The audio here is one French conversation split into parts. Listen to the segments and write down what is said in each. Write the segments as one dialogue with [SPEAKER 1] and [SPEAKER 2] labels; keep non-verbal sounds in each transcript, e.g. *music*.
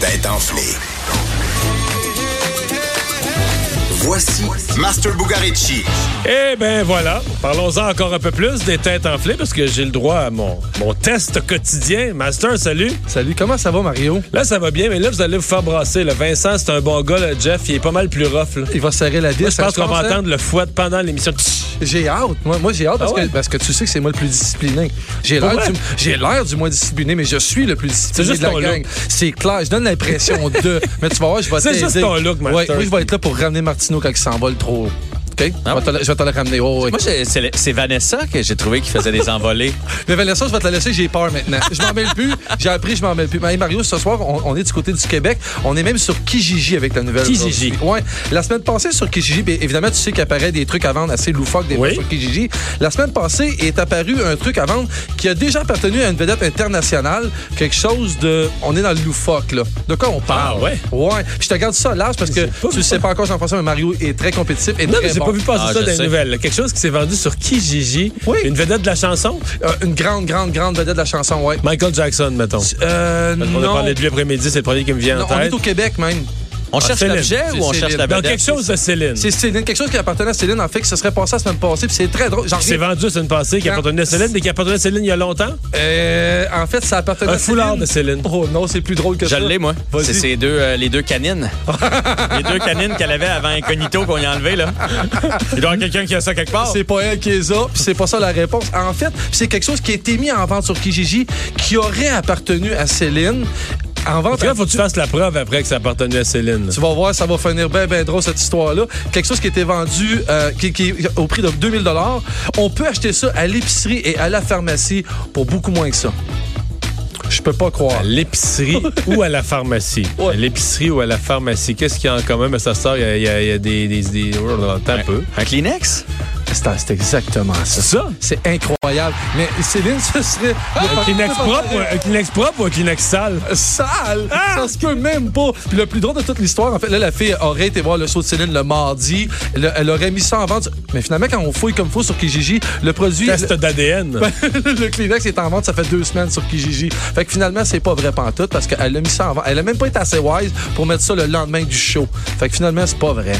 [SPEAKER 1] tête enflée. Voici Master Bugarici.
[SPEAKER 2] Eh ben voilà, parlons-en encore un peu plus des têtes enflées parce que j'ai le droit à mon, mon test quotidien. Master, salut.
[SPEAKER 3] Salut, comment ça va, Mario?
[SPEAKER 2] Là, ça va bien, mais là, vous allez vous faire brasser. Le Vincent, c'est un bon gars. Le Jeff, il est pas mal plus rough. là.
[SPEAKER 3] Il va serrer la vis.
[SPEAKER 2] Moi, je
[SPEAKER 3] ça
[SPEAKER 2] pense
[SPEAKER 3] se
[SPEAKER 2] qu'on va
[SPEAKER 3] passe, hein?
[SPEAKER 2] entendre le fouet pendant l'émission.
[SPEAKER 3] J'ai hâte. Moi, moi j'ai hâte parce,
[SPEAKER 2] Ah ouais?
[SPEAKER 3] que, parce que tu sais que c'est moi le plus discipliné. J'ai l'air
[SPEAKER 2] vrai?
[SPEAKER 3] du, j'ai l'air du moins discipliné, mais je suis le plus discipliné
[SPEAKER 2] juste
[SPEAKER 3] de la
[SPEAKER 2] ton
[SPEAKER 3] gang.
[SPEAKER 2] look.
[SPEAKER 3] C'est clair. Je
[SPEAKER 2] *laughs*
[SPEAKER 3] donne l'impression de. Mais tu vas voir, je vais
[SPEAKER 2] C'est
[SPEAKER 3] t'aider.
[SPEAKER 2] juste ton look,
[SPEAKER 3] Ouais,
[SPEAKER 2] Master.
[SPEAKER 3] moi, je vais être là pour ramener Martino quand il s'envole trop. haut. OK?
[SPEAKER 4] Ah
[SPEAKER 3] je, vais te, le- je vais te le ramener. Oh, oui.
[SPEAKER 4] Moi, j'ai- c'est le- c'est Vanessa que j'ai trouvé qui faisait des envolées.
[SPEAKER 3] Mais Vanessa, je vais te la laisser, j'ai peur maintenant. Je m'en mêle
[SPEAKER 2] *laughs*
[SPEAKER 3] plus, j'ai appris, je m'en mêle plus. Mais hey, Mario, ce soir, on, on est du côté du Québec. On est même sur Kijiji avec la nouvelle.
[SPEAKER 2] Kijiji.
[SPEAKER 3] aujourd'hui. Ouais. La semaine passée, sur Kijiji, bien, évidemment, tu sais qu'il apparaît des trucs à vendre assez loufoques des
[SPEAKER 2] Oui.
[SPEAKER 3] fois sur Kijiji. La semaine passée est apparu un truc à vendre qui a déjà appartenu à une vedette internationale. Quelque chose de. On est dans le loufoque, là. De quoi on parle?
[SPEAKER 2] Ah, ouais?
[SPEAKER 3] Ouais. Puis je te garde ça large parce que
[SPEAKER 2] pas
[SPEAKER 3] tu
[SPEAKER 2] vu
[SPEAKER 3] le sais pas encore, Jean-François, mais Mario est très compétitif et
[SPEAKER 2] Non,
[SPEAKER 3] très
[SPEAKER 2] mais j'ai
[SPEAKER 3] bon.
[SPEAKER 2] pas vu passer
[SPEAKER 4] Ah,
[SPEAKER 2] ça
[SPEAKER 4] je
[SPEAKER 2] dans les
[SPEAKER 4] sais.
[SPEAKER 2] nouvelles. là. Quelque chose qui s'est vendu sur Kijiji.
[SPEAKER 3] Oui.
[SPEAKER 2] Une vedette de la chanson.
[SPEAKER 3] Euh, une grande, grande, grande vedette de la chanson, ouais.
[SPEAKER 2] Michael Jackson, mettons.
[SPEAKER 3] Euh,
[SPEAKER 2] On
[SPEAKER 3] non.
[SPEAKER 2] a parlé de lui après-midi, c'est le premier qui me vient
[SPEAKER 3] Non,
[SPEAKER 2] en
[SPEAKER 3] on est
[SPEAKER 2] tête.
[SPEAKER 3] au Québec même.
[SPEAKER 4] On cherche
[SPEAKER 2] Ah, Céline.
[SPEAKER 4] l'objet
[SPEAKER 3] C'est
[SPEAKER 4] ou on
[SPEAKER 3] Céline.
[SPEAKER 4] cherche la
[SPEAKER 2] Dans
[SPEAKER 4] vedette?
[SPEAKER 2] quelque chose de Céline.
[SPEAKER 3] C'est Céline, quelque chose qui appartenait à Céline. En fait, que ce serait passé la semaine passée, puis c'est très drôle. J'en
[SPEAKER 2] C'est
[SPEAKER 3] reviens-
[SPEAKER 2] vendu, c'est une passée qui
[SPEAKER 3] Non.
[SPEAKER 2] appartenait à Céline, mais qui appartenait à Céline il y a longtemps.
[SPEAKER 3] Euh, en fait, ça appartenait
[SPEAKER 2] Un
[SPEAKER 3] à
[SPEAKER 2] foulard de Eh ben, Céline.
[SPEAKER 3] Oh non, c'est plus drôle que
[SPEAKER 4] Je
[SPEAKER 3] ça.
[SPEAKER 4] l'ai, moi.
[SPEAKER 3] Vas-y.
[SPEAKER 4] *laughs* C'est ces deux, euh, les deux *laughs* canines. les deux canines qu'elle avait avant Incognito qu'on y a enlevé, là. Il doit y avoir quelqu'un qui a ça quelque part.
[SPEAKER 3] C'est pas elle qui les a, puis c'est pas ça la réponse. En fait, c'est quelque chose qui a été mis en vente sur Kijiji, qui aurait appartenu à Céline. En vente,
[SPEAKER 2] Après, faut que tu fasses la preuve après que ça appartenait à Céline.
[SPEAKER 3] Tu vas voir, ça va finir bien, bien drôle, cette histoire-là. Quelque chose qui était vendu euh, qui, qui- au prix de 2000 On peut acheter ça à l'épicerie et à la pharmacie pour beaucoup moins que ça. Je peux pas croire.
[SPEAKER 2] À *laughs* l'épicerie ou à la pharmacie.
[SPEAKER 3] Ouais.
[SPEAKER 2] À l'épicerie ou à la pharmacie. Qu'est-ce qu'il y a en commun? Mais ça sort, il y a, il y a- il y a des. des, des- oh Attends un peu.
[SPEAKER 4] Un Kleenex?
[SPEAKER 3] C'est c'est exactement ça.
[SPEAKER 2] Ça?
[SPEAKER 3] C'est incroyable. Mais Céline, ce serait. Ah,
[SPEAKER 2] Un Kleenex propre, ou un- un Kleenex propre ou un Kleenex sale?
[SPEAKER 3] Sale! Ça se peut même pas! Puis le plus drôle de toute l'histoire, en fait, là, la fille aurait été voir le show de Céline le mardi. Le- elle aurait mis ça en vente. Mais finalement, quand on fouille comme faut sur Kijiji, le produit.
[SPEAKER 2] Test d'ADN.
[SPEAKER 3] *laughs* le Kleenex est en vente, ça fait deux semaines sur Kijiji. Fait que finalement, c'est pas vrai pantoute parce qu'elle a mis ça en vente. Elle a même pas été assez wise pour mettre ça le lendemain du show. Fait que finalement, c'est pas vrai.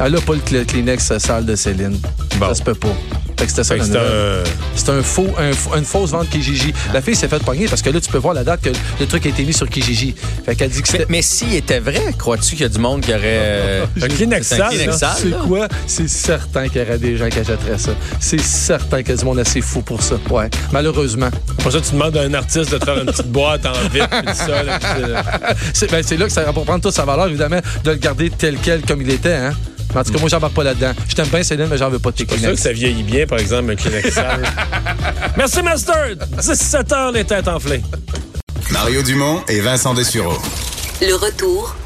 [SPEAKER 3] Elle a pas le cl- Kleenex sale de Céline.
[SPEAKER 2] Bon.
[SPEAKER 3] Ça se peut pas. Fait que c'était ça
[SPEAKER 2] Fait que
[SPEAKER 3] la
[SPEAKER 2] c'est un-
[SPEAKER 3] nouvelle. C'est un faux, un faux- une fausse vente Kijiji. La fille s'est fait pogner parce que là, tu peux voir la date que le truc a été mis sur Kijiji. Fait qu'elle dit que
[SPEAKER 4] Mais,
[SPEAKER 3] c'était.
[SPEAKER 4] mais s'il était vrai, crois-tu qu'il y a du monde qui aurait. euh,
[SPEAKER 2] Un Kleenex
[SPEAKER 4] C'est un
[SPEAKER 2] sale.
[SPEAKER 4] Kleenex
[SPEAKER 2] là.
[SPEAKER 4] sale,
[SPEAKER 3] C'est
[SPEAKER 4] là?
[SPEAKER 3] quoi? C'est certain qu'il y aurait des gens qui achèteraient ça. C'est certain qu'il y a du monde assez fou pour ça. Ouais, malheureusement.
[SPEAKER 2] Pour ça, tu demandes à un artiste de te faire une petite boîte en vitre puis tout ça. là, puis, euh,
[SPEAKER 3] C'est ben, c'est là que ça va prendre toute sa valeur, évidemment, de le garder tel quel comme il était. Hein? Mais en tout cas, moi, j'embarque pas là-dedans. Je t'aime bien, Céline, mais j'en veux pas de tes
[SPEAKER 2] C'est sûr que
[SPEAKER 3] Kleenex.
[SPEAKER 2] ça vieillit bien, par exemple, un Kleenex sale. *laughs* Merci, Master! 17h, les têtes enflées.
[SPEAKER 1] Mario Dumont et Vincent Dessureau.
[SPEAKER 5] Le retour